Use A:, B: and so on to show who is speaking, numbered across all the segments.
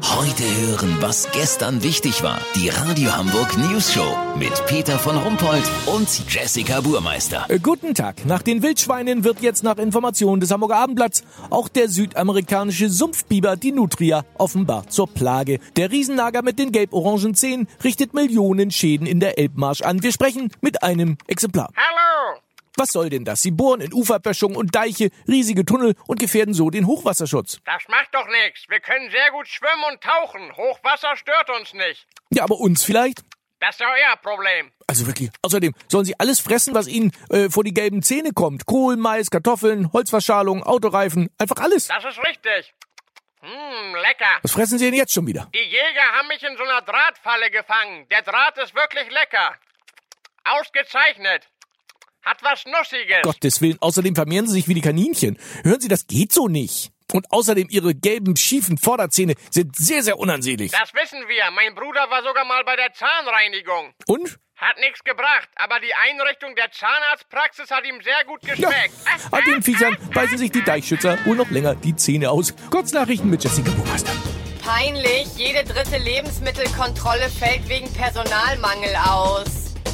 A: Heute hören, was gestern wichtig war. Die Radio Hamburg News Show mit Peter von Rumpold und Jessica Burmeister.
B: Äh, Guten Tag. Nach den Wildschweinen wird jetzt nach Informationen des Hamburger Abendblatts auch der südamerikanische Sumpfbiber, die Nutria, offenbar zur Plage. Der Riesennager mit den gelb-orangen Zähnen richtet Millionen Schäden in der Elbmarsch an. Wir sprechen mit einem Exemplar.
C: Hallo!
B: Was soll denn das? Sie bohren in Uferböschungen und Deiche, riesige Tunnel und gefährden so den Hochwasserschutz.
C: Das macht doch nichts. Wir können sehr gut schwimmen und tauchen. Hochwasser stört uns nicht.
B: Ja, aber uns vielleicht?
C: Das ist ja euer Problem.
B: Also wirklich. Außerdem sollen sie alles fressen, was ihnen äh, vor die gelben Zähne kommt. Kohl, Mais, Kartoffeln, Holzverschalung, Autoreifen, einfach alles.
C: Das ist richtig. Hm, lecker.
B: Was fressen sie denn jetzt schon wieder?
C: Die Jäger haben mich in so einer Drahtfalle gefangen. Der Draht ist wirklich lecker. Ausgezeichnet. Hat was Nussiges.
B: Gottes Willen. Außerdem vermehren sie sich wie die Kaninchen. Hören Sie, das geht so nicht. Und außerdem ihre gelben, schiefen Vorderzähne sind sehr, sehr unansehnlich.
C: Das wissen wir. Mein Bruder war sogar mal bei der Zahnreinigung.
B: Und?
C: Hat nichts gebracht, aber die Einrichtung der Zahnarztpraxis hat ihm sehr gut
B: Ja.
C: geschmeckt.
B: An den Viechern beißen sich die Deichschützer wohl noch länger die Zähne aus. Kurznachrichten mit Jessica Burmeister.
D: Peinlich, jede dritte Lebensmittelkontrolle fällt wegen Personalmangel aus.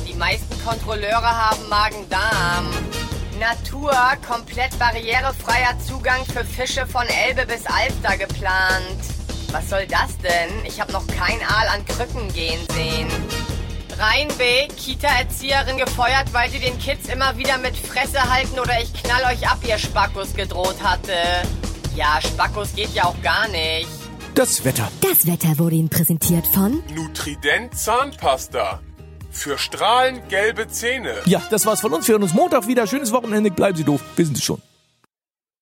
D: Die meisten Kontrolleure haben Magen-Darm. Natur, komplett barrierefreier Zugang für Fische von Elbe bis Alster geplant. Was soll das denn? Ich habe noch kein Aal an Krücken gehen sehen. Rheinweg, Kita-Erzieherin gefeuert, weil sie den Kids immer wieder mit Fresse halten oder ich knall euch ab, ihr Spackos gedroht hatte. Ja, Spackos geht ja auch gar nicht.
B: Das Wetter.
E: Das Wetter wurde Ihnen präsentiert von
F: Nutrident Zahnpasta. Für strahlend gelbe Zähne.
B: Ja, das war's von uns. Wir hören uns Montag wieder. Schönes Wochenende. Bleiben Sie doof. Wir sind es schon.